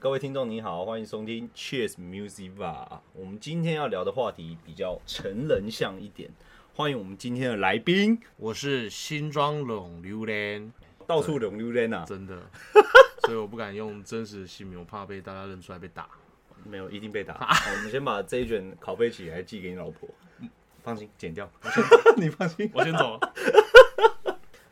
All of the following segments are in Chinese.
各位听众您好，欢迎收听 Cheers Music Bar。我们今天要聊的话题比较成人向一点，欢迎我们今天的来宾，我是新装拢榴莲，到处拢溜人啊，真的，所以我不敢用真实的姓名，我怕被大家认出来被打。没有一定被打。 好，我们先把这一卷拷贝起来寄给你老婆，放心，剪掉， 你放心。我先走了。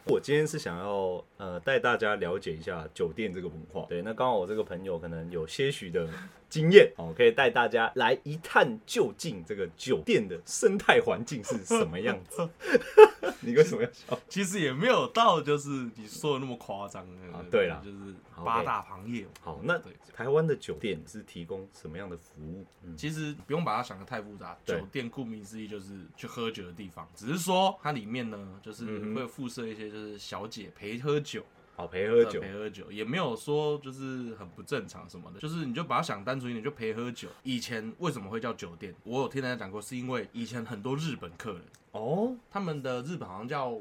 我今天是想要呃带大家了解一下酒店这个文化。对，那刚好我这个朋友可能有些许的经 验，哦，可以带大家来一探究竟这个酒店的生态环境是什么样 子。你为什么要笑？其实也没有到就是你说的那么夸张。啊对啦就是好八 OK 大行业嘛。好，那对台湾的酒店是提供什么样的服务？嗯，其实不用把它想的太复杂，对酒店顾名思义就是去喝酒的地方，只是说它里面呢，就是嗯哼会有附设一些就是小姐陪喝酒，好陪喝酒陪喝酒，也没有说就是很不正常什么的，就是你就把它想单纯一点，就陪喝酒。以前为什么会叫酒店？我有听人家讲过，是因为以前很多日本客人，哦，他们的日本好像叫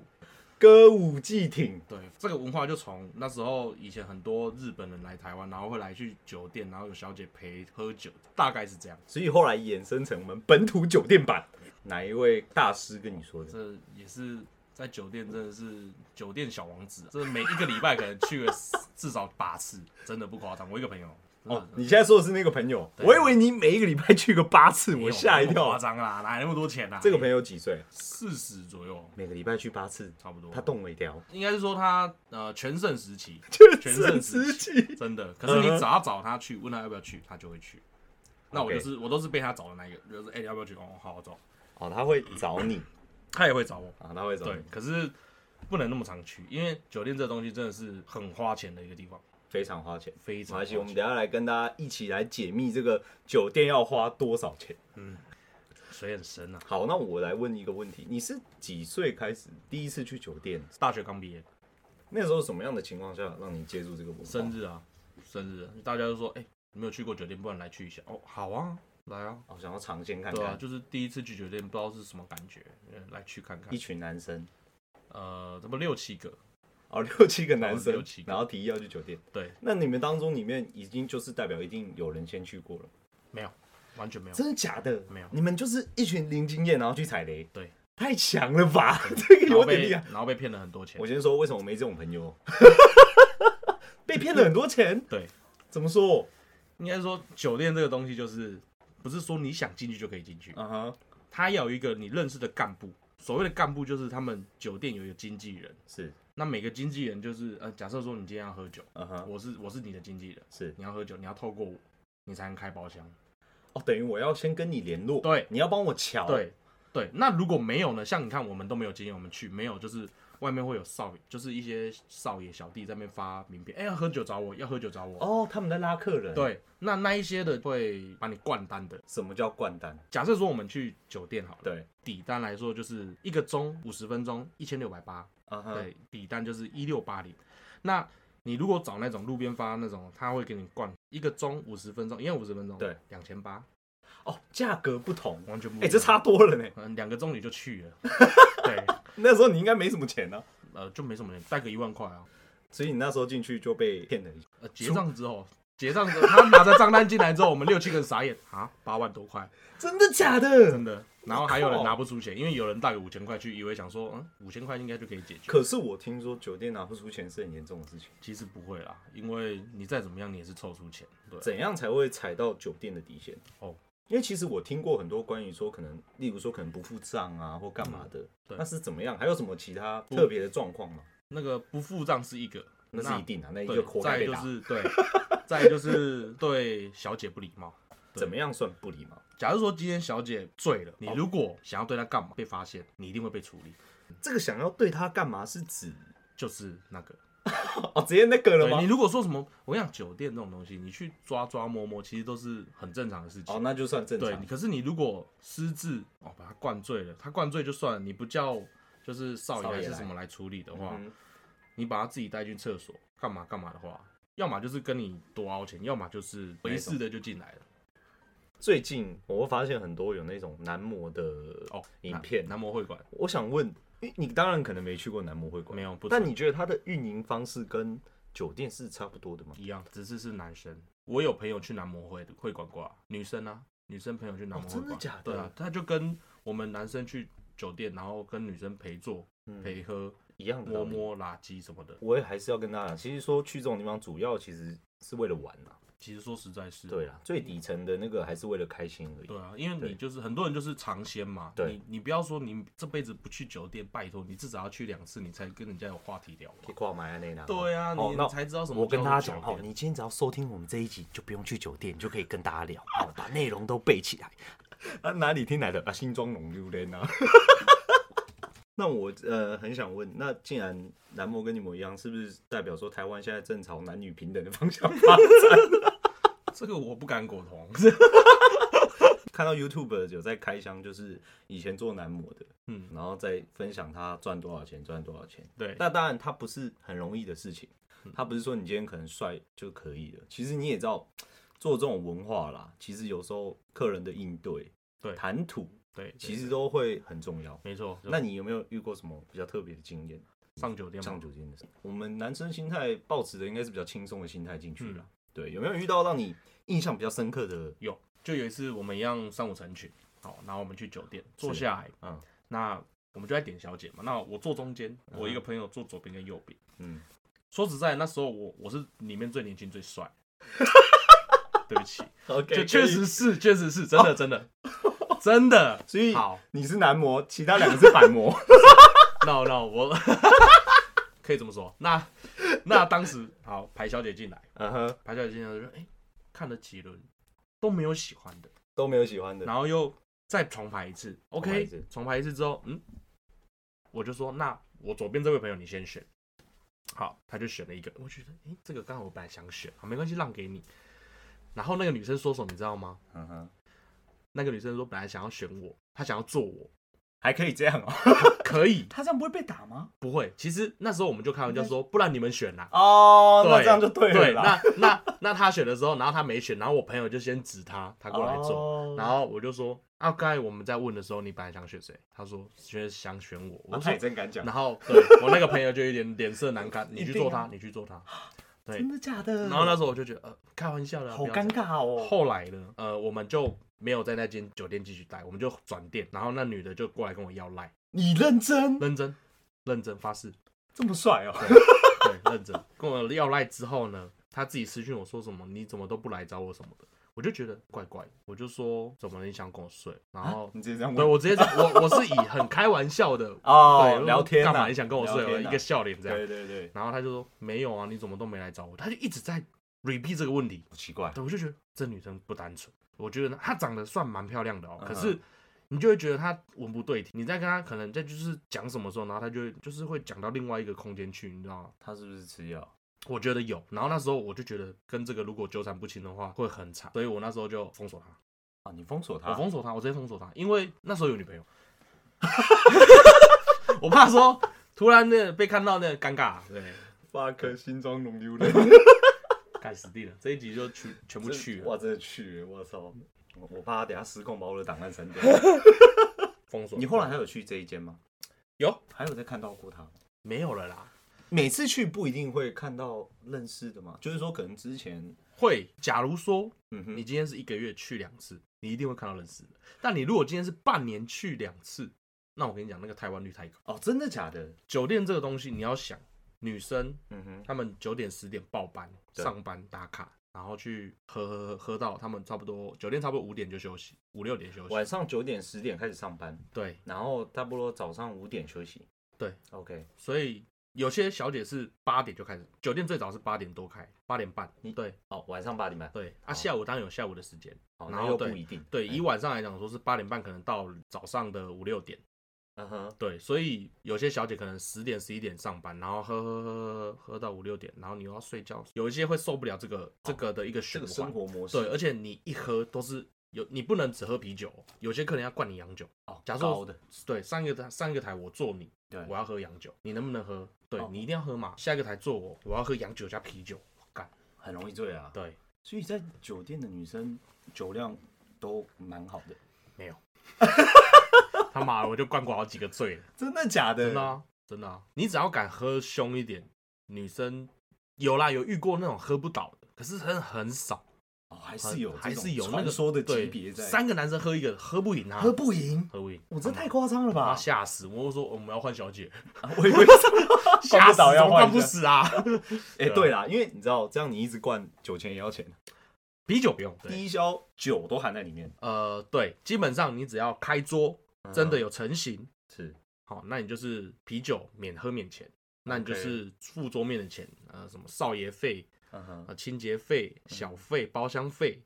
歌舞伎町对这个文化，就从那时候以前很多日本人来台湾，然后会来去酒店，然后有小姐陪喝酒，大概是这样。所以后来衍生成我们本土酒店版。哪一位大师跟你说的？这也是在酒店真的是酒店小王子啊、这每一个礼拜可能去了至少八次，真的不夸张。我一个朋友真的哦，你现在说的是那个朋友，对啊我以为你每一个礼拜去个八次，没有我吓一那么跳夸。张啦，哪来那么多钱啊？这个朋友几岁？四十左右，每个礼拜去八次，差不多。他动尾条，应该是说他呃全盛时 期， 全盛盛时时期。真的。可是你只要找他去，问他要不要去，他就会去。那我 OK 就是我都是被他找的那一个，就是哎、你要不要去？哦，好，我走。哦，他会找你他也会找我，啊，他会找对你，。可是不能那么常去，因为酒店这东西真的是很花钱的一个地方，非常花钱。非没常花关系，我们钱。等一下来跟大家一起来解密这个酒店要花多少钱。水很深啊。好，那我来问一个问题：你是几岁开始第一次去酒店？大学刚毕业，那时候什么样的情况下让你接触这个文化？生日啊，生日啊，大家就说哎、你没有去过酒店，不然来去一下。哦，好啊，来啊。哦，想要尝鲜看对啊，看。就是第一次去酒店，不知道是什么感觉，嗯来去看看一。群男生，呃，差不多六七个，哦， 六七个男哦生六七，个然后提议要去酒店。对，那你们当中里面已经就是代表一定有人先去过了，没有，完全没有。真的假的？没有你们就是一群零经验，然后去踩雷。对，太强了吧， 这个然后有被点厉害。然后被骗了很多钱我。先说为什么我没这种朋 友，被骗了很多钱。对，怎么说？应该说酒店这个东西就是，不是说你想进去就可以进去，啊哈，它要有一个你认识的干部。所谓的干部就是他们酒店有一个经纪人，是，那每个经纪人就是呃，假设说你今天要喝酒，啊哈，我是我是你的经纪人，是。你要喝酒，你要透过我，你才能开包厢。哦，等于我要先跟你联络，对你要帮我瞧。，对对，那如果没有呢？像你看，我们都没有经验，我们去没有，就是外面会有少爷，就是一些少爷小弟在那边发名片，哎、要喝酒找我，要喝酒找我。哦，他们在拉客人。，对，那那一些的会把你灌单的。什么叫灌单？假设说我们去酒店好了，对，底单来说就是一个钟五十分钟一千六百八，啊哈，对，底单就是一六八零。那你如果找那种路边发那种，他会给你灌一个钟五十分钟，因为五十分钟，对，两千八，哦，价格不同，完全不一哎、样。这差多了呢。嗯，两个钟你就 去了，对，那时候你应该没什么钱呢、呃，就没什么人，带个一万块啊。所以你那时候进去就被骗了一。呃，结账之后，结账之后，他拿着账单进来之后，我们六七个人傻眼啊，八万多块，真的假的？真的。然后还有人拿不出钱，因为有人带个五千块去，以为想说，嗯，五千块应该就可以解决。可是我听说酒店拿不出钱是很严重的事情，其实不会啦，因为你再怎么样，你也是凑出钱。对，怎样才会踩到酒店的底线？哦，因为其实我听过很多关于说可能，例如说可能不付账啊或干嘛的，嗯对那是怎么样？还有什么其他特别的状况吗？那个不付账是一个，那是一定啊，那一对个活该再被就打。是对，再就是 对小姐不礼貌。对怎么样算不礼貌？假如说今天小姐醉了，你如果想要对她干嘛，被发现，你一定会被处理，这个想要对他干嘛是指就是那个。哦，直接那个了对你吗？如果说什么，我跟你讲，酒店这种东西，你去抓抓摸摸，其实都是很正常的事情。哦，那就算正对，你常。可是你如果私自哦把他灌醉了，他灌醉就算了，你不叫就是少爷少还爷是来什么来处理的话，嗯你把他自己带进厕所干嘛干嘛的话，要么就是跟你多凹钱，要么就是没事的就进来了。最近我会发现很多有那种男模的哦，影南片，男模会馆我想问，因为你当然可能没去过男模会馆，没有不但存你觉得它的运营方式跟酒店是差不多的吗？一样，只是是男生。我有朋友去男模会的会馆挂，女生啊，女生朋友去男模会哦馆、真的假的对啊，他就跟我们男生去酒店，然后跟女生陪坐、嗯陪喝、一样的道摸理。摸垃圾什么的。我也还是要跟大家讲，其实说去这种地方主要其实是为了玩啦。其实说实在是，对啦，最底层的那个还是为了开心而已。对啊，因为对你就是很多人就是尝鲜嘛，对你你不要说你这辈子不去酒店，拜托你至少要去两次，你才跟人家有话题聊嘛可以。挂买安内啦。对啊，哦你那你才知道什么我跟叫大做家讲酒哦，店你今天只要收听我们这一集，就不用去酒店，你就可以跟大家聊， 哦，把内容都背起来。 啊，哪里听来的啊？新装龙榴莲啊。 那我呃很想问，那既然南模跟你们一样，是不是代表说台湾现在正朝男女平等的方向 发展？这个我不敢苟 同。看到 YouTube 有在开箱，就是以前做男模的，嗯，然后再分享他赚多少钱，赚多少钱。对，那当然，它不是很容易的事情，它不是说你今天可能帅就可以了。其实你也知道，做这种文化啦，其实有时候客人的应对、对谈吐，对，其实都会很重要。没错。那你有没有遇过什么比较特别的经验？上酒店上嘛，酒店的时候，我们男生心态抱持的应该是比较轻松的心态进去嗯啦。对，有没有遇到让你印象比较深刻的？有，就有一次我们一样上午成群，好，然后我们去酒店坐是下来，嗯那我们就在点小姐嘛，那我坐中间，我一个朋友坐左边跟右边。嗯，说实在，那时候我我是里面最年轻 最帅，对不起， ，OK，就确实是，确实是真的，真的，真的。哦 所以好你是男模，其他两个是板模。 ，no no，我 可以这么说。那那当时好，排小姐进来， 嗯哼，排小姐进来就说，哎、看了几轮都没有喜欢的，都没有喜欢的。然后又再重排一次排一，OK，次重排一次之后，嗯，我就说，那我左边这位朋友你先选。好，他就选了一个，我觉得，哎、这个刚好我本来想选，好，没关系，让给你。然后那个女生说什么，你知道吗？嗯哼，那个女生说本来想要选我，她想要做我，还可以这样哦、可以， 他这样不会被打吗？不会，其实那时候我们就开玩笑说，不然你们选啦。哦，那对这样就 对了对，啦。那那那他选的时候，然后他没选，然后我朋友就先指他，他过来做，哦然后我就说，啊，刚才我们在问的时候，你本来想选谁？他说选想选我，我啊那他说也，真敢讲然，后对我那个朋友就有点脸色难看，你去啊做他，你去做他，对真，的假的？然后那时候我就觉得，呃，开玩笑的，嗯好不要这样尴尬哦。后来呢，呃，我们就没有在那间酒店继续待，我们就转店，然后那女的就过来跟我要赖，你认真认真，认真发誓，这么帅哦？对，认真 跟我要赖之后呢，他自己私讯我说什么，你怎么都不来找我什么的，我就觉得怪怪的，我就说怎么你想跟我睡，然后啊你直接这样哦对问我直接我我是以很开玩笑的哦对，聊天啊干嘛你想跟我睡聊天啊一个笑脸这样，对对对，然后他就说没有啊，你怎么都没来找我，他就一直在 repeat 这个问题，好奇怪，对，我就觉得这女生不单纯。我觉得她长得算蛮漂亮的哦，嗯可是你就会觉得她文不对题。你在跟她可能在就是讲什么时候，然后她就会就是会讲到另外一个空间去，你知道吗？他是不是吃药？我觉得有。然后那时候我就觉得跟这个如果纠缠不清的话会很惨，所以我那时候就封锁她，啊，你封锁他，我封锁她，我直接封锁她，因为那时候有女朋友， 我怕说突然那被看到那个尴尬，对，八颗心中浓流泪，该死定了。这一集就全全部去了， 哇，真的去了，我操！我我怕他等下失控把我的档案删 掉。封锁。你后来还有去这一间吗？有还有再看到过他吗？没有了啦？每次去不一定会看到认识的嘛，就是说可能之前，会，假如说嗯你哼，今天是一个月去两次，你一定会看到认识的。但你如果今天是半年去两次，那我跟你讲，那个台湾率太高。哦，真的假的？酒店这个东西，你要想，女生嗯哼，她们九点十点报班对上班打卡，然后去喝喝喝喝到她们差不多酒店差不多五点就休息，五六点休息。晚上九点十点开始上班，对然后差不多早上五点休息。对，OK，所以有些小姐是八点就开始，酒店最早是八点多开，八点半。对哦，晚上八点半，对，好啊，下午当然有下午的时间。哦，然那后又不对一定。对，以嗯晚上来讲，说是八点半可能到早上的五六点。嗯哼，对，所以有些小姐可能十点十一点上班，然后喝喝喝喝喝到五六点，然后你又要睡觉，有一些会受不了这个这个的一个这循个环生。活模式，对，而且你一喝都是有，你不能只喝啤酒哦，有些客人要灌你洋酒。哦，假如高说的，对上一个台上一个台我做你，对，我要喝洋酒，你能不能喝？对、哦你一定要喝嘛。下一个台做我，我要喝洋酒加啤酒。干，很容易醉啊。对，所以在酒店的女生酒量都蛮好的，没有，他妈的我就灌过好几个醉了。真的假的？啊真的、啊、真的、啊，你只要敢喝凶一点，女生有啦，有遇过那种喝不倒的，可是很很少，哦，还是有还这种是有那传个说的级对别在，三个男生喝一个喝不赢他，喝不赢，喝不赢，我这太夸张了把吧他？吓死！我说我们要换 小姐，啊我以为是 吓死倒要怎么换换一不下死啊？哎、对啦，因为你知道，这样你一直灌酒钱也要钱，啤酒不用，对，低消酒都含在里面。呃，对，基本上你只要开桌，真的嗯有成型，是好，那你就是啤酒免喝免钱，那你就 OK 是付桌面的钱，呃，什么少爷费、嗯哼，呃清洁费、小费、包厢费，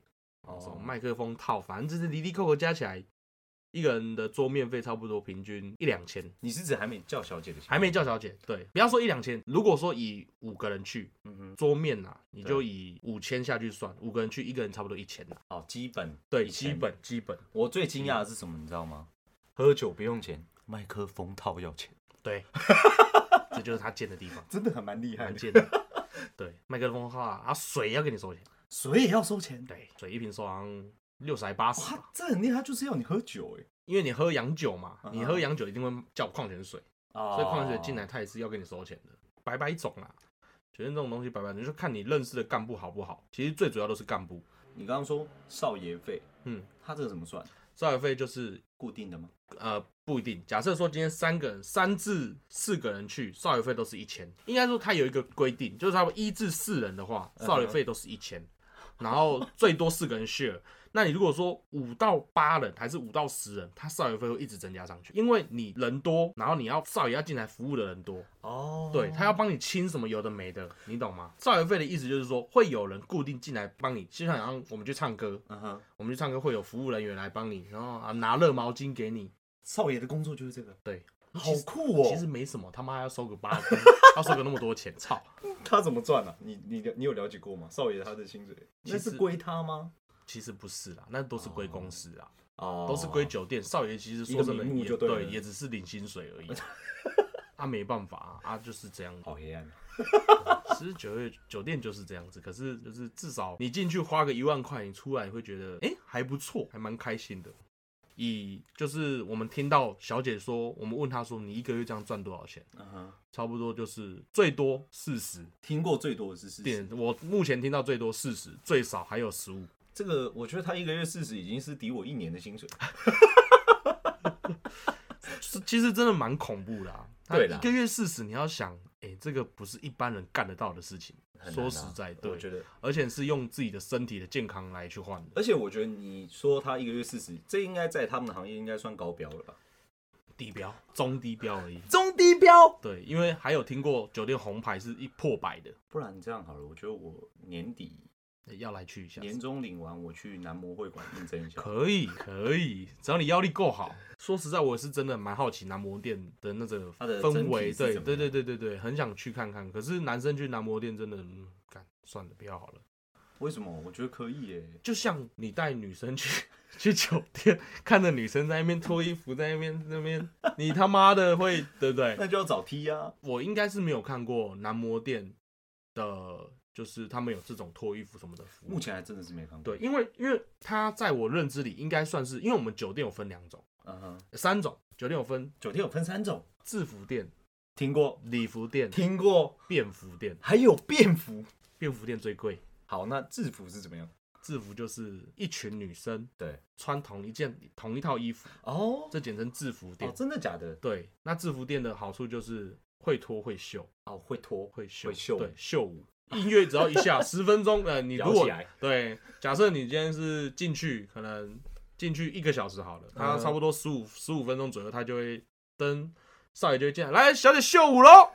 嗯哦哦，什么麦克风套，反正就是离离扣扣加起来，一个人的桌面费差不多平均一两千，你是指还没叫小姐的情况，还没叫小姐，对，不要说一两千，如果说以五个人去嗯哼，桌面呐、你就以五千下去算，五个人去一个人差不多一千呐，好，基本对，以基前本基本，我最惊讶的是什么，你知道吗？喝酒不用钱，麦克风套要钱，对，这就是他贱的地方。真的很蛮厉蛮。贱的。 对，麦克风的话，它水要给你收钱，水也要收钱，对，水一瓶收好像六十还八十哇吧，，这很厉害，他就是要你喝酒欸哎。因为你喝洋酒嘛，你嗯喝哼洋酒一定会叫矿泉水，哦所以矿泉水进来它也是要给你收钱的，百百种啦。觉得这种东西百百种，就看你认识的干部好不好。其实最主要都是干部，你刚刚说少爷费，嗯，他这个怎么算？少费就是固定的吗？呃不一定。假设说今天三个人，三至四个人去，少爷费都是一千。应该说它有一个规定，就是他们一至四人的话，少爷费都是一千，然后最多四个人 share。那你如果说五到八人还是五到十人，他少爷费会一直增加上去，因为你人多，然后你要少爷要进来服务的人多，哦，对他要帮你清什么有的没的，你懂吗？少爷费的意思就是说会有人固定进来帮你，就像好像我们去唱歌，嗯哼，我们去唱歌会有服务人员来帮你，然后啊拿热毛巾给你，少爷的工作就是这个，对，好酷其哦实！没什么，他妈要收个八 千，要收个那么多钱，操！他怎么赚啊？你你你有了解过吗？少爷他的薪水其那实是归他吗？其实不是啦，那都是归公司啦，哦都是归酒店。少爷其实说真的一个名目也就对了对，也只是领薪水 而已。啊，没办法啊，啊就是这样。好黑暗啊。其实酒店酒店就是这样子，可是就是至少你进去花个一万块，你出来你会觉得哎、诶还不错，还蛮开心的。以就是我们听到小姐说，我们问她说你一个月这样赚多少钱，嗯哼，差不多就是最多四十，听过最多的是四十点，我目前听到最多四十，最少还有十五。这个我觉得他一个月四十已经是抵我一年的薪水。是其实真的蛮恐怖的、啊。他对啦一个月四十，你要想，哎、这个不是一般人干得到的事情。很难说啊实在，我对，觉得，而且是用自己的身体的健康来去换的，而且我觉得你说他一个月四十，这应该在他们的行业应该算高标了吧？低标、中低标而已。中低标。对，因为还有听过酒店红牌是一破百的，不然这样好了，我觉得我年底诶要来去一下。年终领完，我去男模会馆应征一下。可以，可以，只要你腰力够好。说实在，我是真的蛮好奇男模店的那个它的氛整围，体是对，怎么对，对，样对，对，对，很想去看看。可是男生去男模店真的，嗯，干算了，不要好了。为什么？我觉得可以耶。就像你带女生去 去酒店，看着女生在那边脱衣服，在那边那边，你他妈的会对不对？那就要找 T 啊。我应该是没有看过男模店的，就是他们有这种脱衣服什么的服务目。前还真的是没看过。对，，因为因为他在我认知里应该算是，因为我们酒店有分两种、嗯哼，三种，酒店有分酒店有分三种，制服店、听过，礼服店、听过，便服店。还有便服。便服店最贵，好，那制服是怎么样？制服就是一群女生对，穿同一件同一套衣服，哦，这简称制服店哦，。真的假的？对，那制服店的好处就是会脱会秀，哦，会脱，会秀，会秀对，秀舞。音乐只要一下十分钟，呃，你如摇果起来。对，假设你今天是进去，可能进去一个小时好了，他嗯差不多十五十五分钟左右，他就会灯，少爷就会进来，来，小姐秀舞 喽，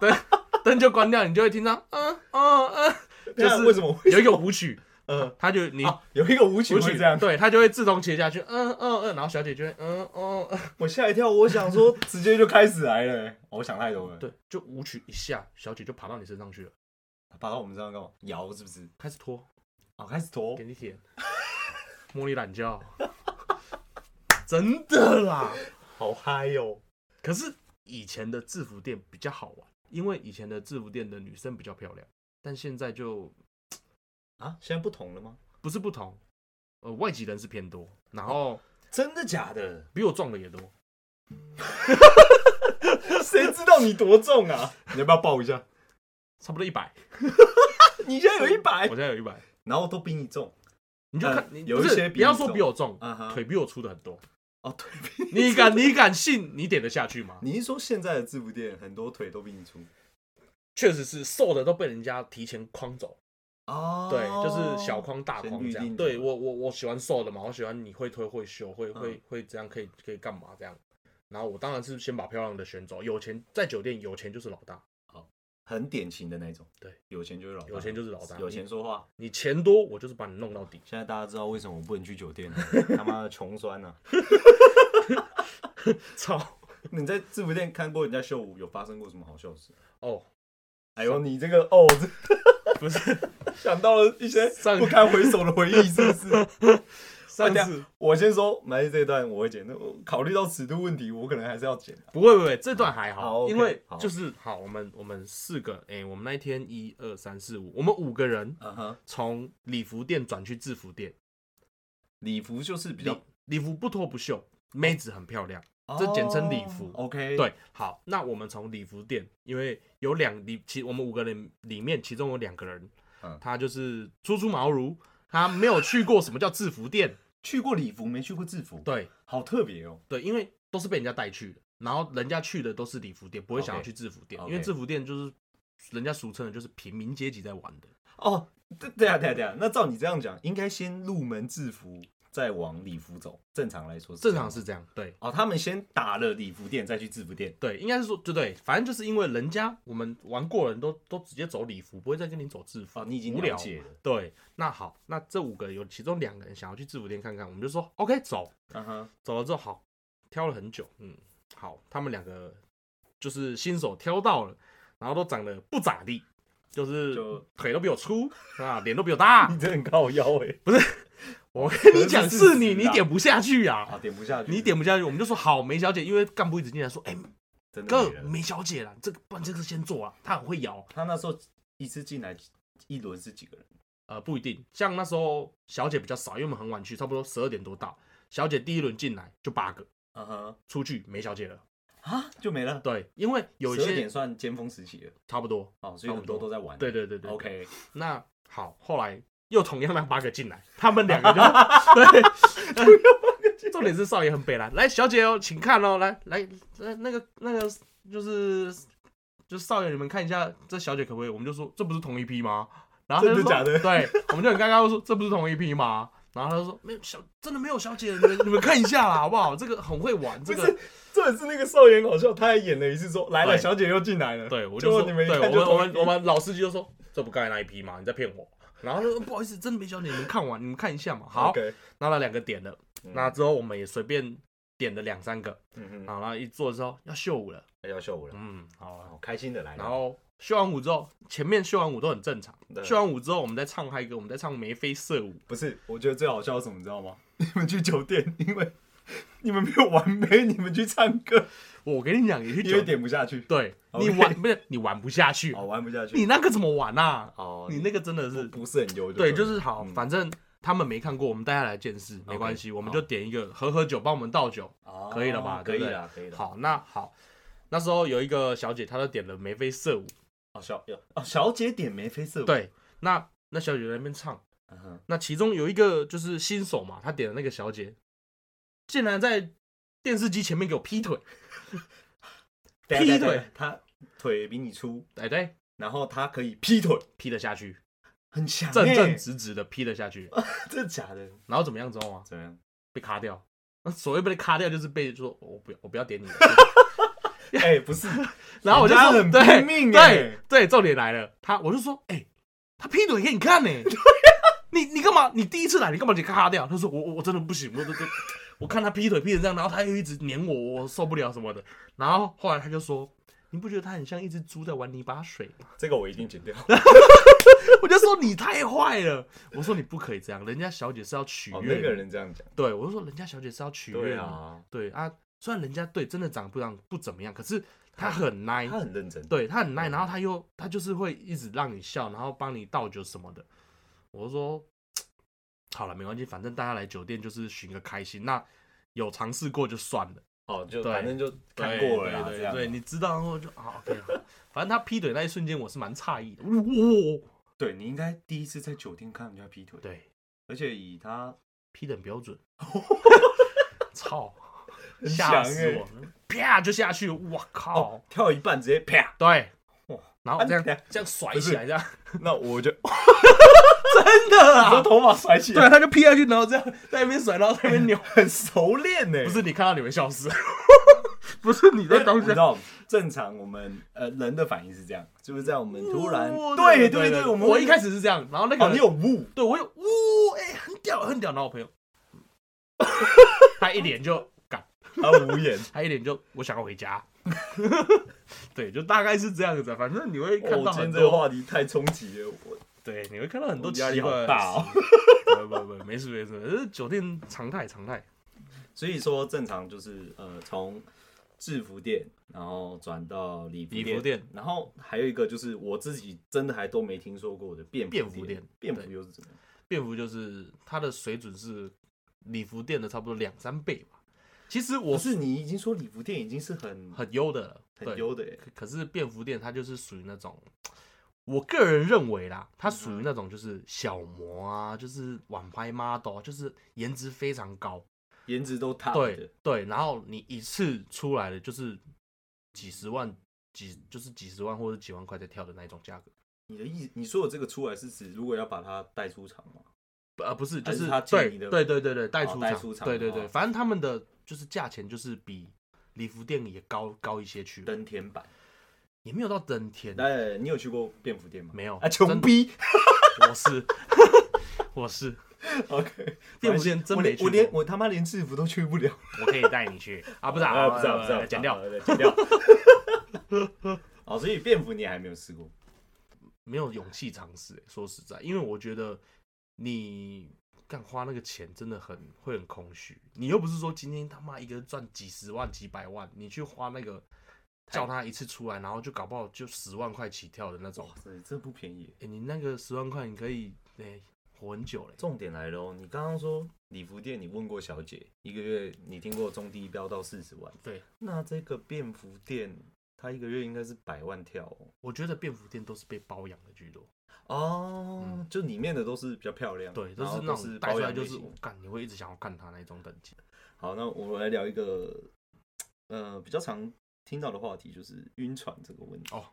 灯灯就关掉，你就会听到，嗯嗯嗯，就那为什是么会？有一个舞曲，呃，他就你啊，有一个舞曲舞会曲 这样，对，他就会自动切下去，嗯嗯嗯，然后小姐就会，嗯嗯 嗯，我吓一跳，我想 说直接就开始来了耶。我想太多了。，对，就舞曲一下，小姐就爬到你身上去了，爬到我们身上干嘛？摇是不是？开始脱，哦，开始脱给。你舔， 摸你懒觉， 真的啦。好嗨哟！可是以前的制服店比较好玩，因为以前的制服店的女生比较漂亮，但现在就啊，现在不同了吗？不是不同，呃，外籍人是偏多，然后真的假 的？比我壮的也多， 谁知道你多重啊？你要不要抱一下？差不多一百，你现在有一百我，现在有一百，然后都比你重你就呃看你有不一是些比不要你说重比我重，嗯啊哈。腿比我粗的很多，哦，腿比你你敢 你敢信你点得下去吗？你是说现在的制服店很多腿都比你粗确实是瘦的都被人家提前框走，哦对，就是小框大先框预这定嗯样。的对我我我喜欢瘦的嘛，我喜欢你会推会修会会会这样可以可以干嘛这样。然后我当然是先把漂亮的选走，有钱在酒店有钱就是老大，很典型的那种。对，有钱就是老大，有钱就是老大有钱说话。你钱多我就是把你弄到 底。现在大家知道为什么我不能去酒 店了，他妈的穷酸啊呐！操你在制服店看过人家秀舞，有发生过什么好笑的事？哦，哎呦，你这个哦，这不 是想到了一些上不堪回首的回忆，是不是？上等一次下我先说，埋这段我会剪，那我考虑到尺度问题，我可能还是要剪。啊 不会不会，这段还好好， ，OK，因为好就是好，我们我们四个，哎、我们那一天一二三四五，我们五个人嗯哼，从礼服店转去制服店，礼服就是比礼较，礼服不脱不袖，妹子很漂亮。这简称礼服哦 OK，，对，好，那我们从礼服店，因为有两里，其我们五个人里面，其中有两个人，嗯他就是初出茅庐，他没有去过什么叫制服店，去过礼服没去过制服，对好特别哦。对，因为都是被人家带去的，然后人家去的都是礼服店，不会想要 OK，去制服店 OK 因为制服店就是人家俗称的就是平民阶级在玩的，哦，对对啊，对啊，对啊。那照你这样讲，应该先入门制服，再往礼服走。正常来说，正常。是这样，对。哦，他们先打了礼服店，再去制服店。对，应该是说，对对，反正就是因为人家我们玩过的人都都直接走礼服，不会再跟你走制服。哦，你已经无了聊解了。对，那好，那这五个有其中两个人想要去制服店看看，我们就说 OK 走，嗯哼，走了之后好，挑了很久，嗯，好，他们两个就是新手挑到了，然后都长得不咋地，就是就腿都比我粗啊，脸都比我大 你。真的很靠腰哎、我跟你是讲，事是实你，你啦点不下去啊，啊，点不下去，你点不下去，我们就说好，梅小姐，因为干部一直进来说，哎、真的哥没，了。梅小姐啦，这个不然这个先做啊，她很会摇，他那时候一次进来一轮是几个人？呃，不一定，像那时候小姐比较少，因为我们很晚去，差不多十二点多到，小姐第一轮进来就八个，嗯哼，出去没小姐了。啊，就没了。对，因为有一12些点算尖峰时期了，差不多。哦，所以很多都在玩。对对对对。 ，OK，那好，后来又同样让八个进来，他 们两个就对。重点是少爷很北蓝，来小姐哦，请看哦，来来来那个那个就是就是少爷，你们看一下这小姐可不可以？我们就说这不是同一批吗？然后他就真的说假的对，我们就很尴尬地说这不是同一批吗？然后他就说没有小，真的没有小姐，你们你们看一下啦，好不好？这个很会玩，这不个是，重点是那个少爷好笑，他还演了一次说来了，对小姐又进 来了。对，我结就果说，你们一对看就我们我同一们批我们老司机就说，这不刚才那一批吗？你在骗我。然后他说不好意思，真的没想到你们看完，你们看一下嘛。好， OK，那那两个点了，嗯那之后我们也随便点了两三个，嗯哼，好然后一做之后要秀舞了，要秀舞了，嗯，好啊好开心的来了。然后秀完舞之后，前面秀完舞都很正常，对秀完舞之后我们再唱嗨歌，我们再唱眉飞色舞，不是，我觉得最好笑的是什么，你知道吗？你们去酒店， 因为你们没有完美，你们去唱歌，我跟你讲，你去因为酒店，点不下去，对 OK 你玩不是你玩不下去哦，，玩不下去。你那个怎么玩啊？哦，你那个真的是不不是很优，对，嗯了就是好，反正他们没看过，我们大家来见识，没关系，我们就点一个喝喝酒，帮我们倒酒。哦可以了吧可以对不对了，可以了。好，那好，那时候有一个小姐，她就点了眉飞色舞，哦，小哦，小姐点眉飞色舞，，对，那那小姐在那边唱，嗯哼，那其中有一个就是新手嘛，她点的那个小姐，竟然在电视机前面给我劈腿，等一下劈腿，等一下他腿比你粗，对对，然后他可以劈腿，劈了下 去，很强欸，正正直直的劈了下去， 真的假的？然后怎么样知道吗？怎 么样？被卡掉。那所谓被卡掉，就是被说哦我不要，我不要点你了。哎，不是，然后我就人家说很对拼命对欸对，重点来了，他我就说，哎、他劈腿给你看呢、啊 你你干嘛？你第一次来，你干嘛就咔咔掉？他说我我我真的不行，我我我看他劈腿劈成这样，然后他又一直黏我，我受不了什么的。然后后来他就说，你不觉得他很像一只猪在玩泥巴水吗？ 这个我一定剪掉。我就说你太坏了，我说你不可以这样，人家小姐是要取悦哦，你，那个人这样讲，对我就说人家小姐是要取悦对你，啊，对啊，虽然人家对真的长得不长不怎么样，可是她很 nice，他很认真，对他很耐，然后他又他就是会一直让你笑，然后帮你倒酒什么的。我就说好了，没关系，反正大家来酒店就是寻个开心。那有尝试过就算了，哦，就对反正就看对过了啦对这样对对，你知道，然后就啊，OK，好反正他劈腿那一瞬间，我是蛮诧异的。哇、对你应该第一次在酒店看人家劈腿，对，而且以他劈的很标 准，操，吓强死欸哦我哦了！啪就下去，我靠，跳一半直接啪，对哇，然后这样啊你这样甩起来，这样那我 就真的把啊，头发甩起对，来，他就劈下去，然后这样 在那边甩，然后在 那边扭。很熟练欸呢。不是你看到你会 笑死，不是你在当哎你知下。道，正常我们呃人的反应是这样，就是在我们突然哦对对对，我们我会一开始是这样，然后那个哦，人你有 雾，对我有，呜、哎、很屌，很屌。然后我朋友， 他一脸就干，他无言，他一脸就我想要 回家。对，就大概是这样子啊。反正你会 看我到哦今天很这个多，话题太冲击了，我对，你会看到很多我压力奇怪的好大哦事。不不不，没事没事，这是酒店常态常态。所以说正常就是呃从制服店，然后转到礼服礼服店然后还有一个就是我自己真的还都没听说过的便便服服店便服对又是怎么样？便服就是它的水准是礼服店的差不多两三倍吧。其实我不是是你已经说礼服店已经是很很优的了，很对优的耶，可可是便服店它就是属于那种，我个人认为啦，它嗯属于那种就是小模啊，就是网拍 model，啊就是颜值非常高，颜值都 top 的对，对，然后你一次出来的就是几十万。几就是几十万或者几万块在跳的那一种价格，你的意你说的这个出来是指如果要把它带出场吗？不呃不是，就还是是他进对你的对对对对带出带场，出场对对对，哦反正他们的就是价钱就是比礼服店也高高一些去，登天版？也没有到登天，哎，你有去过便服店吗？没有啊，真穷的逼。我是我是 OK，便服店真我没连去我连过我他妈连制服都去不了。我可以带你 去啊，不是啊，啊，不是啊，不是啊，剪掉，对剪掉。哦，所以便服你还没有试过，没有勇气尝试欸。说实在，因为我觉得你干花那个钱真的很会很空虚。你又不是说今天他妈一个人赚几十万、几百万，你去花那个叫他一次出来，然后就搞不好就十万块起跳的那种哇。塞，这不便宜耶。哎、你那个十万块，你可以哎、活很久嘞。重点来喽，你刚刚说礼服店，你问过小姐，一个月你听过中低标到四十万，对，那这个便服店，它一个月应该是百万跳哦。我觉得便服店都是被包养的居多，哦，嗯就里面的都是比较漂亮，对，然是后那都种是带出包来养就类是型我干，你会一直想要干他那一种等级。好，那我们来聊一个呃比较常听到的话题，就是晕船这个问题。哦，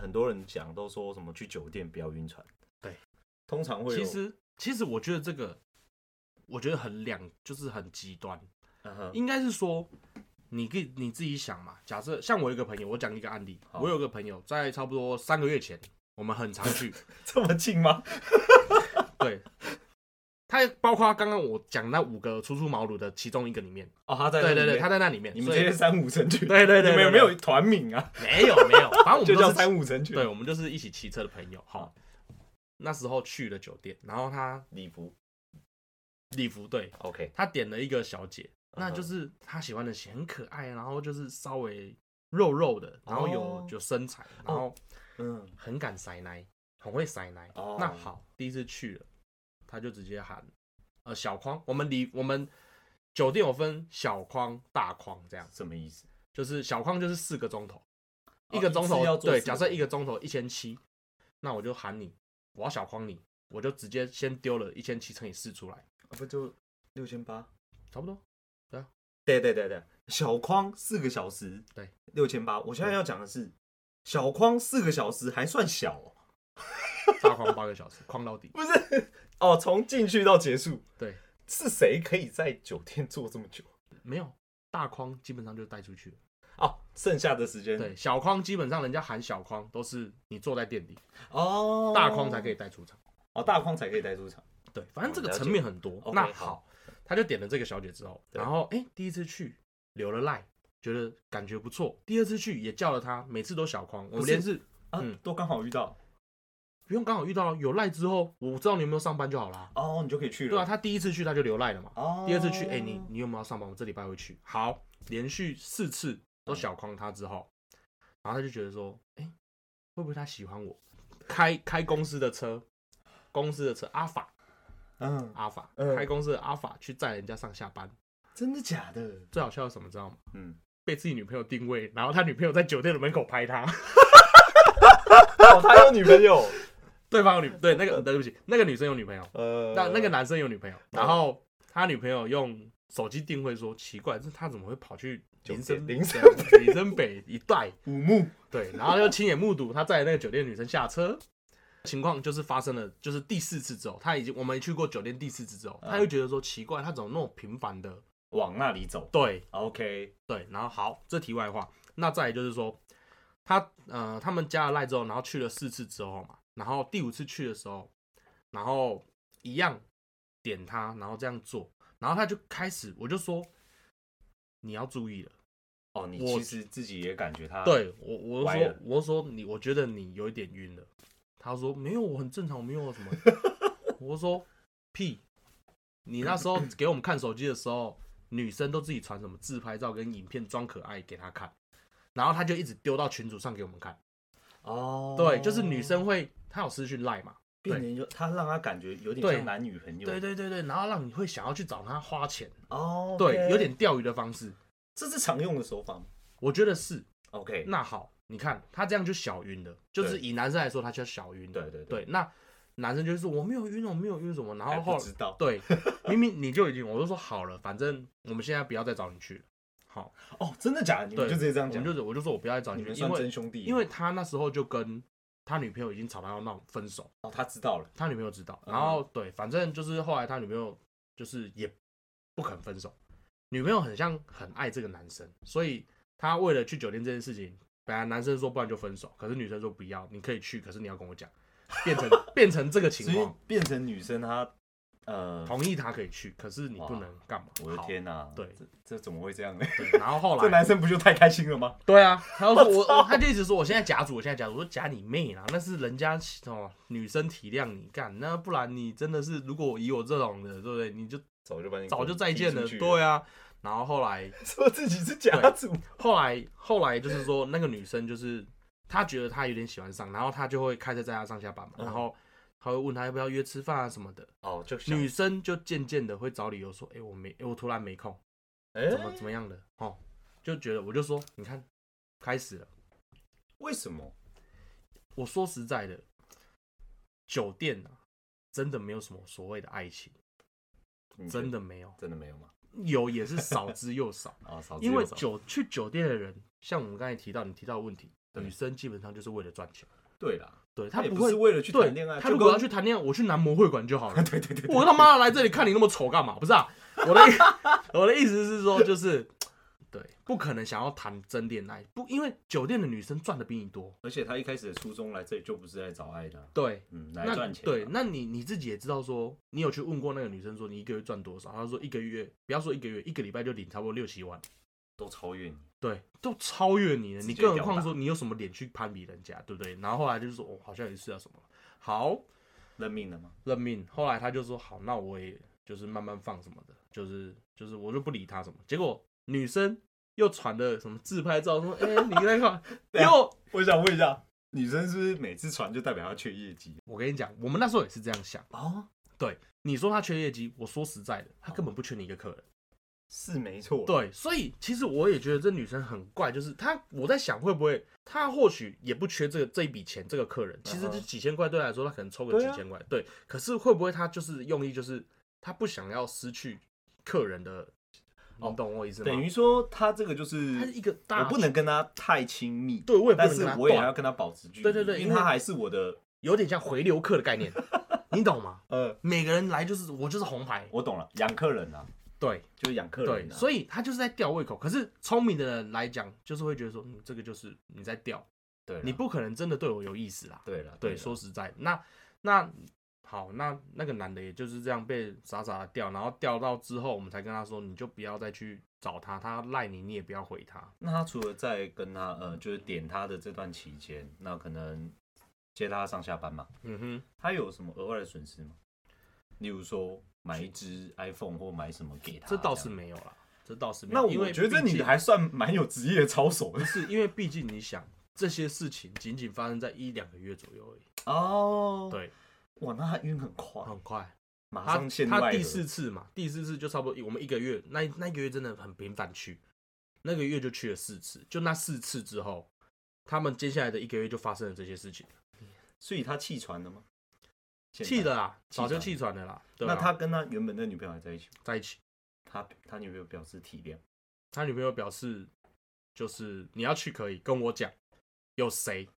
很多人讲都说什么去酒店不要晕船，对，通常会有其实其实我觉得这个，我觉得很两，就是很极端。嗯哼应该是说，你可以你自己想嘛。假设像我有一个朋友，我讲一个案例，好我有个朋友在差不多三个月前，我们很常去，这么近吗？对。他包括刚刚我讲那五个初出茅庐的其中一个里面，哦，他在对那对里对，面他在那里面，你们所这以些三五成群，对对对对你们有没对有团名啊？没有没有，反正 我就们叫都是三五成群。对，我们就是一起骑车的朋友。好，那时候去了酒店，然后他礼服礼服对， ，OK，他点了一个小姐，嗯哼那就是他喜欢的型，很可爱，啊然后就是稍微肉肉的，然后有、哦有身材，然后嗯，很敢塞奶，很会塞奶。哦那好，第一次去了，他就直接喊，呃，小框，我们离我们酒店有分小框、大框这样，什么意思？就是小框就是四个钟头，哦一个钟一次头要做对，四个假设一个钟头一千七，那我就喊你，我要小框你，我就直接先丢了一千七乘以四出来，啊不就六千八？差不多。对对对对，小框四个小时，对，六千八。我现在要讲的是，小框四个小时还算小哦，大框八个小时，框到底。不是？哦，从进去到结束，对，是谁可以在酒店坐这么久？没有大框，基本上就带出去了。哦，剩下的时间，对，小框基本上人家喊小框都是你坐在店里，哦，大框才可以，带出场。哦，大框才可以带出场。对，反正这哦个了解层面很多。 OK，那好好，他就点了这个小姐之后，然后哎、诶第一次去留了赖，觉得感觉不错。第二次去也叫了她，每次都小框，我不们是连是啊嗯，都刚好遇到，不用刚好遇到有赖之后，我知道你有没有上班就好啦。哦，你就可以去了。对啊，，他第一次去他就留赖了嘛。哦，第二次去，哎、你你有没有要上班？我这礼拜会去。好，连续四次都小框他之后，然后他就觉得说，哎、会不会他喜欢我？开开公司的车，公司的车阿法嗯，阿法，嗯开公司的阿法去载人家上下班，真的假的？最好笑的是什么知道吗？ 嗯，被自己女朋友定位，然后他女朋友在酒店的门口拍他， 哦，他有女朋友，对方有女对那个对不起，那个女生有女朋友，呃，那那个男生有女朋友，嗯然后他女朋友用手机定位说奇怪，这他怎么会跑去酒店林森林森对林森北一带？五木对，然后就亲眼目睹他载那个酒店女生下车。情况就是发生了，就是第四次之后，他已经我们去过酒店第四次之后，他又觉得说奇怪，他怎么那么频繁的往那里走对，OK，对，然后好，这题外话，那再来就是说，他呃，他们加了赖之后，然后去了四次之后嘛，然后第五次去的时候，然后一样点他，然后这样做，然后他就开始，我就说你要注意了，哦，你我其实自己也感觉他对我，我就歪说了，我就说你，我觉得你有一点晕了。他说没有，我很正常，我没 有什么。我说屁，你那时候给我们看手机的时候，女生都自己传什么自拍照跟影片装可爱给他看，然后他就一直丢到群组上给我们看。哦，对，就是女生会，她有私讯赖嘛，变成就他让他感觉有点对像男女朋友，对对对对，然后让你会想要去找她花钱，哦，对，有点钓鱼的方式，这是常用的手法吗我觉得是。 ，OK，那好，你看他这样就小晕了，就是以男生来说，他叫小晕。嗯对对对，那男生就会说我没有晕，我哦没有晕什么，然还后不后知道 对，明明你就已经，我就说好了，反正我们现在不要再找你去了。好，哦，真的假的？你对，们就直接这样我讲，们就我就说我不要再找你你去，们因算真为兄弟，因为他那时候就跟他女朋友已经吵到要闹分手，哦他知道了，他女朋友知道，嗯然后对，反正就是后来他女朋友就是也不肯分手，女朋友很像很爱这个男生，所以他为了去酒店这件事情，本来男生说不然就分手，可是女生说不要，你可以去，可是你要跟我讲，变成 变成这个情所以况，变成女生她呃，同意他可以去，可是你不能干嘛？哦我的好天哪，对这这怎么会这样呢？对，然后后这来男生不就太开心了吗？对啊，他就说我我他就一直说我现在假主，我现在假主，我说假你妹啦，那是人家哦女生体谅你干，那不然你真的是如果以我这种的，对不对？你就早就把你早就再见了，踢出去对，啊。然后后来， 说自己是家族，后来，后来就是说，那个女生就是她觉得她有点喜欢上，然后她就会开车载她上下班嘛，然后她会问她要不要约吃饭啊什么的。哦，就想女生就渐渐的会找理由说，哎、我没，哎我突然没空，哎怎么怎么样的，哦，就觉得我就说，你看，开始了。为什么？我说实在的，酒店啊，真的没有什么所谓的爱情，你觉得真的没有，真的没有吗？有也是少之又少。啊， 少之因为又少酒去酒店的人，像我们刚才提到你提到的问题，对女生基本上就是为了赚钱，对啦，对她嗯他也不不会是为了去谈恋爱，对她就如果要跟去谈恋爱，我去男模会馆就好 了。对对对对， 我他妈的来这里看你那么丑干嘛？不是啊，我的我的意思是说，就是对，不可能想要谈真恋爱，不因为酒店的女生赚的比你多，而且他一开始的初衷来这里就不是来找爱的啊，对。嗯，来那赚钱啊，对，那你你自己也知道说，你有去问过那个女生说你一个月赚多少？她说一个月，不要说一个月，一个礼拜就领差不多六七万。都超越你，对，都超越你了，直你接更何吊况打说你有什么脸去攀比人家，对不对？然后后来就是说，哦，好像也是啊什么，好认命了吗？认命。后来他就说，好，那我也就是慢慢放什么的，就是就是我就不理他什么。结果女生又传的什么自拍照，说，哎、你那个 对啊又，我想问一下，女生是不是每次传就代表她缺业绩？我跟你讲，我们那时候也是这样想。哦，你说他缺业绩，我说实在的，他根本不缺你一个客人。是没错，对，所以其实我也觉得这女生很怪，就是她，我在想会不会她或许也不缺这个这一笔钱，这个客人其实嗯哼这几千块对她来说，她可能抽个对几啊千块，对。可是会不会她就是用意就是她不想要失去客人的，你懂我意思哦吗？等于说她这个就是她是一个大，我不能跟她太亲密，对我也不但能是跟她我也要断，跟她保持距离，对对对因因为为她还是我的，有点像回流客的概念，你懂吗？呃，每个人来就是我就是红牌，我懂了，养客啊人啊，对就是养客对人，啊，所以她就是在吊胃口。可是聪明的人来讲，就是会觉得说，嗯，这个就是你在吊，对啊啦，你不可能真的对我有意思啦。对了，对，啦说实在的，那那好，那那个男的也就是这样被傻傻的钓，然后钓到之后，我们才跟他说，你就不要再去找他，他赖你，你也不要回他。那他除了在跟他呃，就是点他的这段期间，那可能接他上下班嘛，嗯哼，他有什么额外的损失吗？例如说买一只 iPhone 或买什么给他，这倒样是。没有啦，这倒是没有。那因为我觉得毕你竟还算蛮有职业操守 的不是，因为毕竟你想这些事情仅仅发生在一两个月左右而已，哦。对，哇，那他晕很快，很快。哦马他上陷入他爱哦第河四次嘛，第四次就差不多一我们一个月，那那一个月真的很频繁去，那个月就去了四次，就那四次之后，他们接下来的一个月就发生了这些事情，所以他弃船了吗？现在气的。啦，气喘啊早就气喘了啦。对啊那他跟他原本的女朋友还在一起吗，在一起，他他女朋友表示体谅，他女朋友表示，就是你要去可以跟我讲，有谁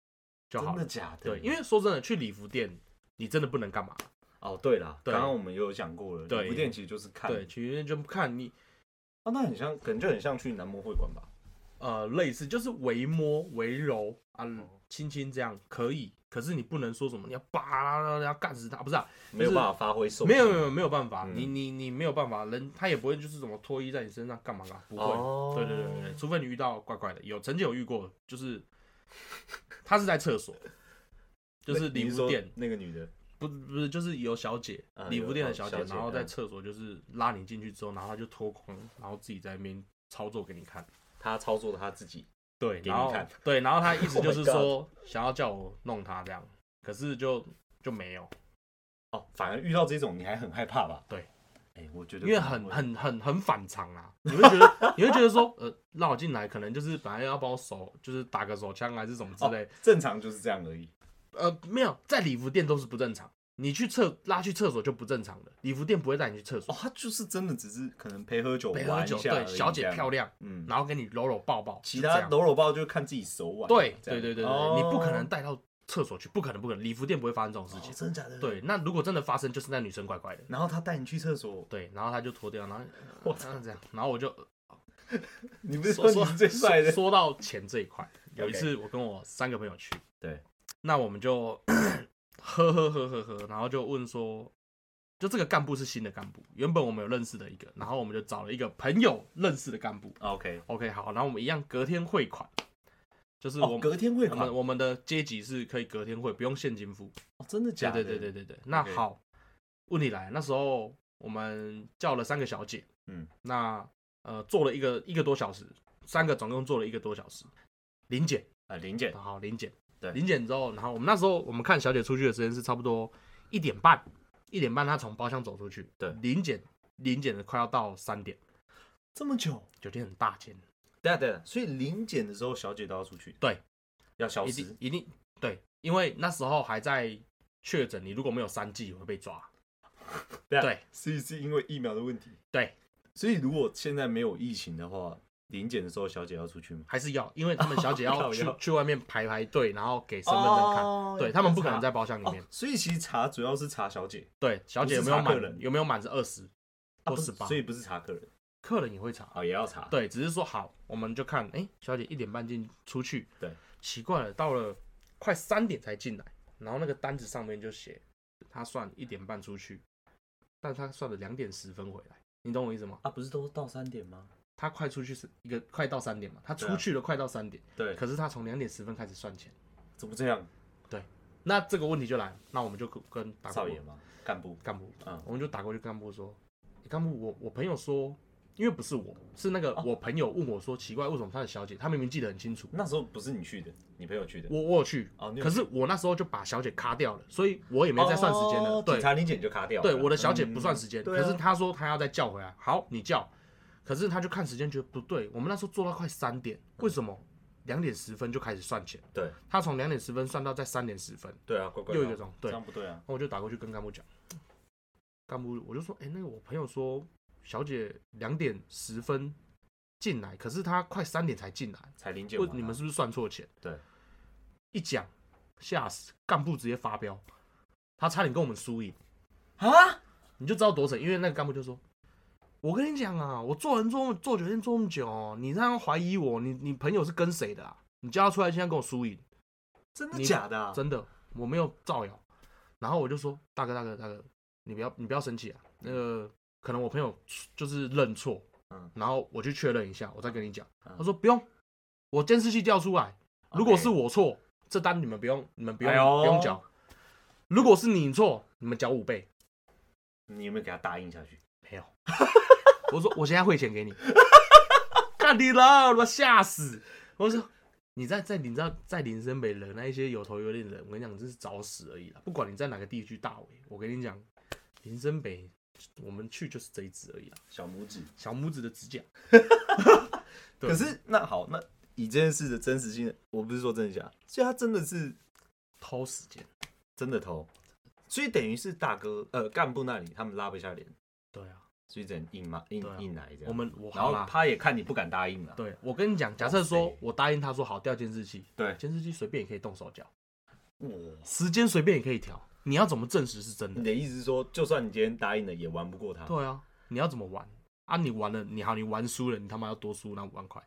就好真的了。假的？对，因为说真的，去礼服店你真的不能干嘛？哦，对啦，对刚刚我们也有讲过了，对礼服店其实就是看，对，去就看你哦，那很像，可能就很像去男模会馆吧。呃，类似就是微摸、微揉啊，哦轻轻这样可以，可是你不能说什么你要扒啦啦啦要干死他，不是、啊，没有办法发挥受，没有没有没有办法，嗯你你你没有办法，人他也不会就是怎么脱衣在你身上干嘛干嘛，不会，哦对对对对对，除非你遇到怪怪的，有曾经有遇过，就是他是在厕所，就是你礼是服说店，那个女的，不不是就是有小姐啊，礼服店的有小姐小，姐然后在嗯厕所就是拉你进去之后，然后她就脱光，然后自己在那边操作给你看。她操作她自己，对，给然你后看对，然后 他意思 Oh my 就是说想要叫我弄他这样，可是就就没有，哦，反而遇到这种你还很害怕吧？对，哎，我觉得因为不很会很很很反常啊，你会觉得你会觉得说呃让我进来可能就是本来要帮我手就是打个手枪还是什哦么之类，哦正常就是这样而已。呃没有，在礼服店都是不正常，你去厕拉去厕所就不正常的，礼服店不会带你去厕哦所，，他就是真的只是可能陪喝酒陪喝哦玩酒一下而对已，小姐这样漂，亮，嗯，然后给你搂搂抱抱，其就这他样搂搂抱就看自己手腕，对这对样对对哦对，你不可能带到厕所去，不可能不可能，礼服店不会发生这种事哦情。真的假的？，对，那如果真的发生，就是那女生怪怪的。然后他带你去厕所，对，然后他就脱掉，然后我这样这样，然后我就呃你不是 说说你是最帅的？说到钱这一块，有一次我跟我三个朋友去，对，那我们就 喝喝喝喝喝，然后就问说，就这个干部是新的干部，原本我们有认识的一个，然后我们就找了一个朋友认识的干部哦 OK， ，OK 好，然后我们一样隔天汇款，就是我哦，们、隔天汇我款们，我们的阶级是可以隔天汇，不用现金付，哦真的假的？对对对对对对。那 OK 好，问你来，那时候我们叫了三个小姐，嗯，那呃做了一个一个多小时，三个总共做了一个多小时，零检，啊，林姐，好零检，对零检之后，然后我们那时候我们看小姐出去的时间是差不多一点半，一点半她从包厢走出去，对零检零检的快要到三点，这么久，酒店很大间，对啊对啊，所以临检的时候小姐都要出去，对，要消一失定，一定对，因为那时候还在确诊，你如果没有三剂会被抓，对啊对是是因为疫苗的问题，对，所以如果现在没有疫情的话，临检的时候小姐要出去吗？还是要，因为他们小姐 靠要腰去去外面排排队，然后给身份证看，哦对他们不可能在包厢里哦面。，所以其实查主要是查小姐，对，小姐有没有不是查满客人有没有满是二十啊或不是十八，所以不是查客人，客人也会查。哦也要查，对，只是说好，我们就看，哎、小姐一点半进出去，对，奇怪了，到了快三点才进来，然后那个单子上面就写她算一点半出去，但她算了两点十分回来，你懂我意思吗？啊，不是都到三点吗？她快出去是一个快到三点嘛，她对出啊去了快到三点，对，可是她从两点十分开始算钱。怎么这样？那这个问题就来了，那我们就跟打少爷吗？干部干部，嗯我们就打过去干部说，欸干、部我我朋友说，因为不是我，是那哦个我朋友问我说，奇怪为什么他的小姐，他明明记得很清楚，那时候不是你去的，你朋友去的，我我有去，哦你有可是我那时候就把小姐卡掉了，所以我也没在算时间了，哦对警察临检就卡掉了，对，我的小姐不算时间，嗯对啊可是他说他要再叫回来，好你叫，可是他就看时间觉得不对，我们那时候做到快三点，为什么两点十分就开始算钱？嗯对他从两点十分算到在三点十分，对啊，乖乖又一个钟，这对，样不对啊，然后我就打过去跟干部讲，干部我就说，哎、那个我朋友说，小姐两点十分进来，可是她快三点才进来，才临检问完啊，你们是不是算错钱？对，一讲吓死干部直接发飙，他差点跟我们输赢，啊？你就知道多扯，因为那个干部就说。我跟你讲啊，我做人做做酒店做那么久、你这样怀疑我，你你朋友是跟谁的啊？你叫他出来现在跟我输赢，真的你假的啊？真的，我没有造谣。然后我就说，大哥，大哥，大哥，你不要，你不要生气啊。那个可能我朋友就是认错，嗯然后我去确认一下，我再跟你讲。嗯他说不用，我监视器调出来，如果是我错，这单你们不用，你们不用、哎呦不用缴；如果是你错，你们缴五倍。你有没有给他答应下去？没有，我说我现在汇钱给你， 看你了，我吓死！我说你在在你知道在林森北惹那一些有头有脸的人，我跟你讲，你真是找死而已啦！不管你在哪个地区大伟，我跟你讲，林森北，我们去就是这一只而已啦，小拇指。小拇指 的指甲。对可是那好，那以这件事的真实性，我不是说真的假，所以他真的是偷时间。真的偷，所以等于是大哥呃干部那里他们拉不下脸，对啊，所以只能硬骂硬、对啊硬来这样。我们我然后好哦啦。他也看你不敢答应了，对，我跟你讲，假设说我答应他说好调监视器，对监视器随便也可以动手脚，哇时间随便也可以调，你要怎么证实是真你的？的意思是说，就算你今天答应了，也玩不过他？对啊，你要怎么玩啊？你玩了，你好，你玩输了，你他妈要多输那五万块，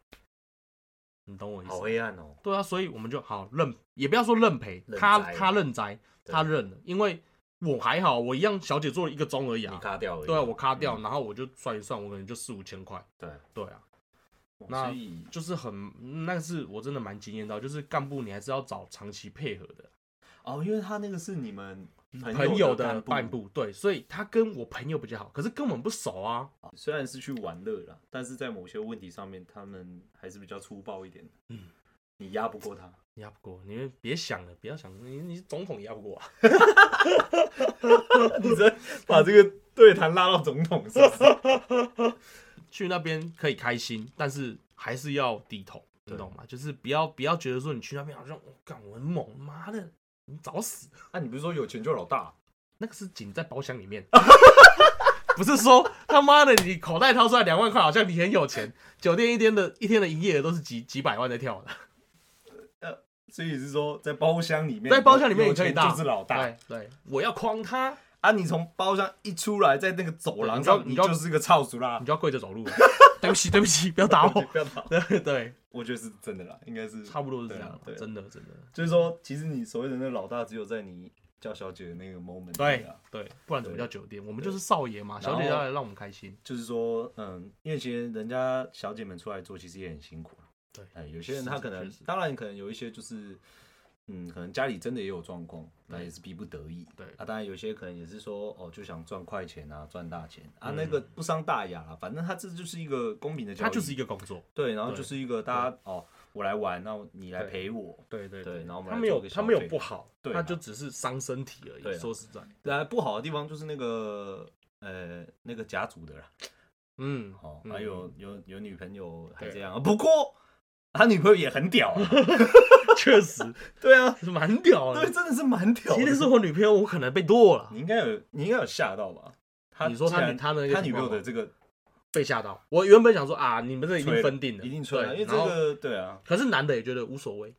你懂我意思好吗？黑暗哦。对啊，所以我们就好认，也不要说认赔，认他栽啊他认栽，对他认了，因为我还好，我一样小姐做了一个钟而已你啊，卡掉嗯了，对啊，我卡掉，然后我就算一算，我可能就四五千块，对对啊，那所以就是很，那个是我真的蛮惊艳到，就是干部你还是要找长期配合的哦，因为他那个是你们朋友友的干干，部，对，所以他跟我朋友比较好，可是跟我们不熟啊，虽然是去玩乐啦，但是在某些问题上面，他们还是比较粗暴一点。嗯，你压不过他， 压不过，你们别想了，不要想，你你总统也压不过啊， 你这把这个对谈拉到总统是不 是？去那边可以开心，但是还是要低头，你对懂吗？就是不要不要觉得说你去那边好像我干、我很猛，妈的，你找死！啊，你不是说有钱就老大？那个是紧在包厢里面， 不是说他妈的你口袋掏出来两万块，好像你很有钱。酒店一天的一天的营业额都是几几百万在跳的，所以是说在包厢里面，在包厢里面有也可以钱大，就是老大对对，我要诓他，啊！你从包厢一出来，在那个走廊对上，你你知道就是个操俗啦你。就要跪着走路了。 对不起对不起，不要打我。 不要打， 对对，我觉得是真的啦，应该是差不多是这对样啊，对啊真的真的，就是说，其实你所谓的那老大，只有在你叫小姐的那个 moment 里对啊。对，不然怎么叫酒店？我们就是少爷嘛，然小后姐要来让我们开心。就是说，嗯，因为其实人家小姐们出来做，其实也很辛苦啊对哎，有些人他可能是是是，当然可能有一些就是，嗯，可能家里真的也有状况，那对也是逼不得已。对啊，当然有些可能也是说，哦，就想赚快钱啊，赚大钱啊，那个不伤大雅啦，反正他这就是一个公平的交易，嗯他就是一个工作，对，然后对就是一个大家哦，我来玩，那你来陪我，对对对然后我们他来没做有个他消没有费不好，对他啊就只是伤身体而对已。啊说实在，呃，不好的地方就是那个呃那个甲组的啦， 嗯，哦，嗯还有有有女朋友还对这样啊，不过他女朋友也很屌 啊，确实对啊，是蛮屌的对，。真的是蛮屌今天的。是我女朋友，我可能被剁了。你应该有你应该有吓到吧？他你说他竟女然他的那个他情女朋况友的吗这个被吓到。我原本想说啊，你们这已经吹了分定了，一定吹了，对因为这，然后个对啊，可是男的也觉得无所谓。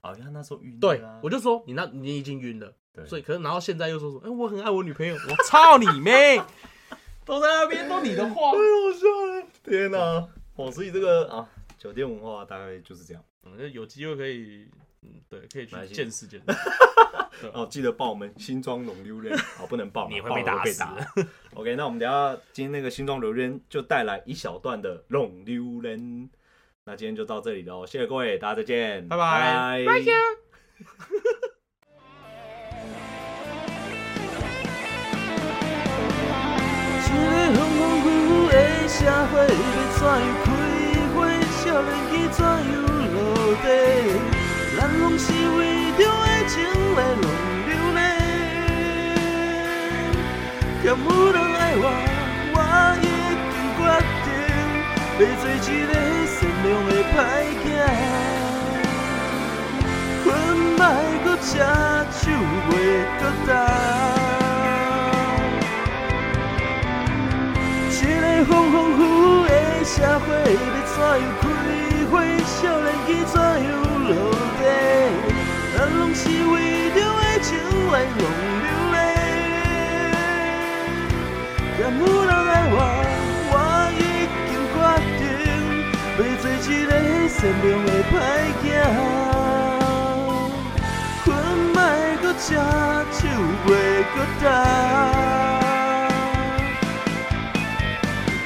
啊，因为他那时候晕了对啊，我就说你那你已经晕了，对所以可是然后现在又说什么？哎，我很爱我女朋友，我操你妹！ 哎都在那边都你的 话，好笑了，天哪！哦，所以这个啊，酒店文化大概就是这样。嗯那有机会可以，嗯，对，可以蛮去新见识见识。 哦，记得报我们新庄龙榴莲，啊，不能报嘛，你会报被了 打被死打。OK，那我们等一下今天那个新庄榴莲就带来一小段的龙榴莲，那今天就到这里喽，谢谢各位，大家再见，拜拜拜拜一个风风雨雨的社会，要怎样开花？少年去怎样落地？咱拢是为着爱情来浪流连。欠有人爱我，我已经决定，要做一个善良的歹仔。烟莫搁吃，酒袂搁干。一个风风雨雨的社会，要怎样开花？少年去怎样落地？咱拢是为着爱情来浪流连。敢有人爱我，我已经决定，要做一个善良的歹仔。烟莫搁吃，酒袂搁干。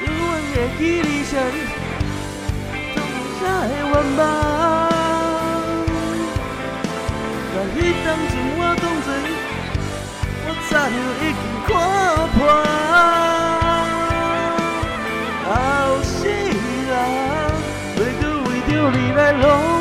永远会记你是你，当初的愿望。把你当作我当作你，我早就已经看破。啊后世人，要搁为着你来浪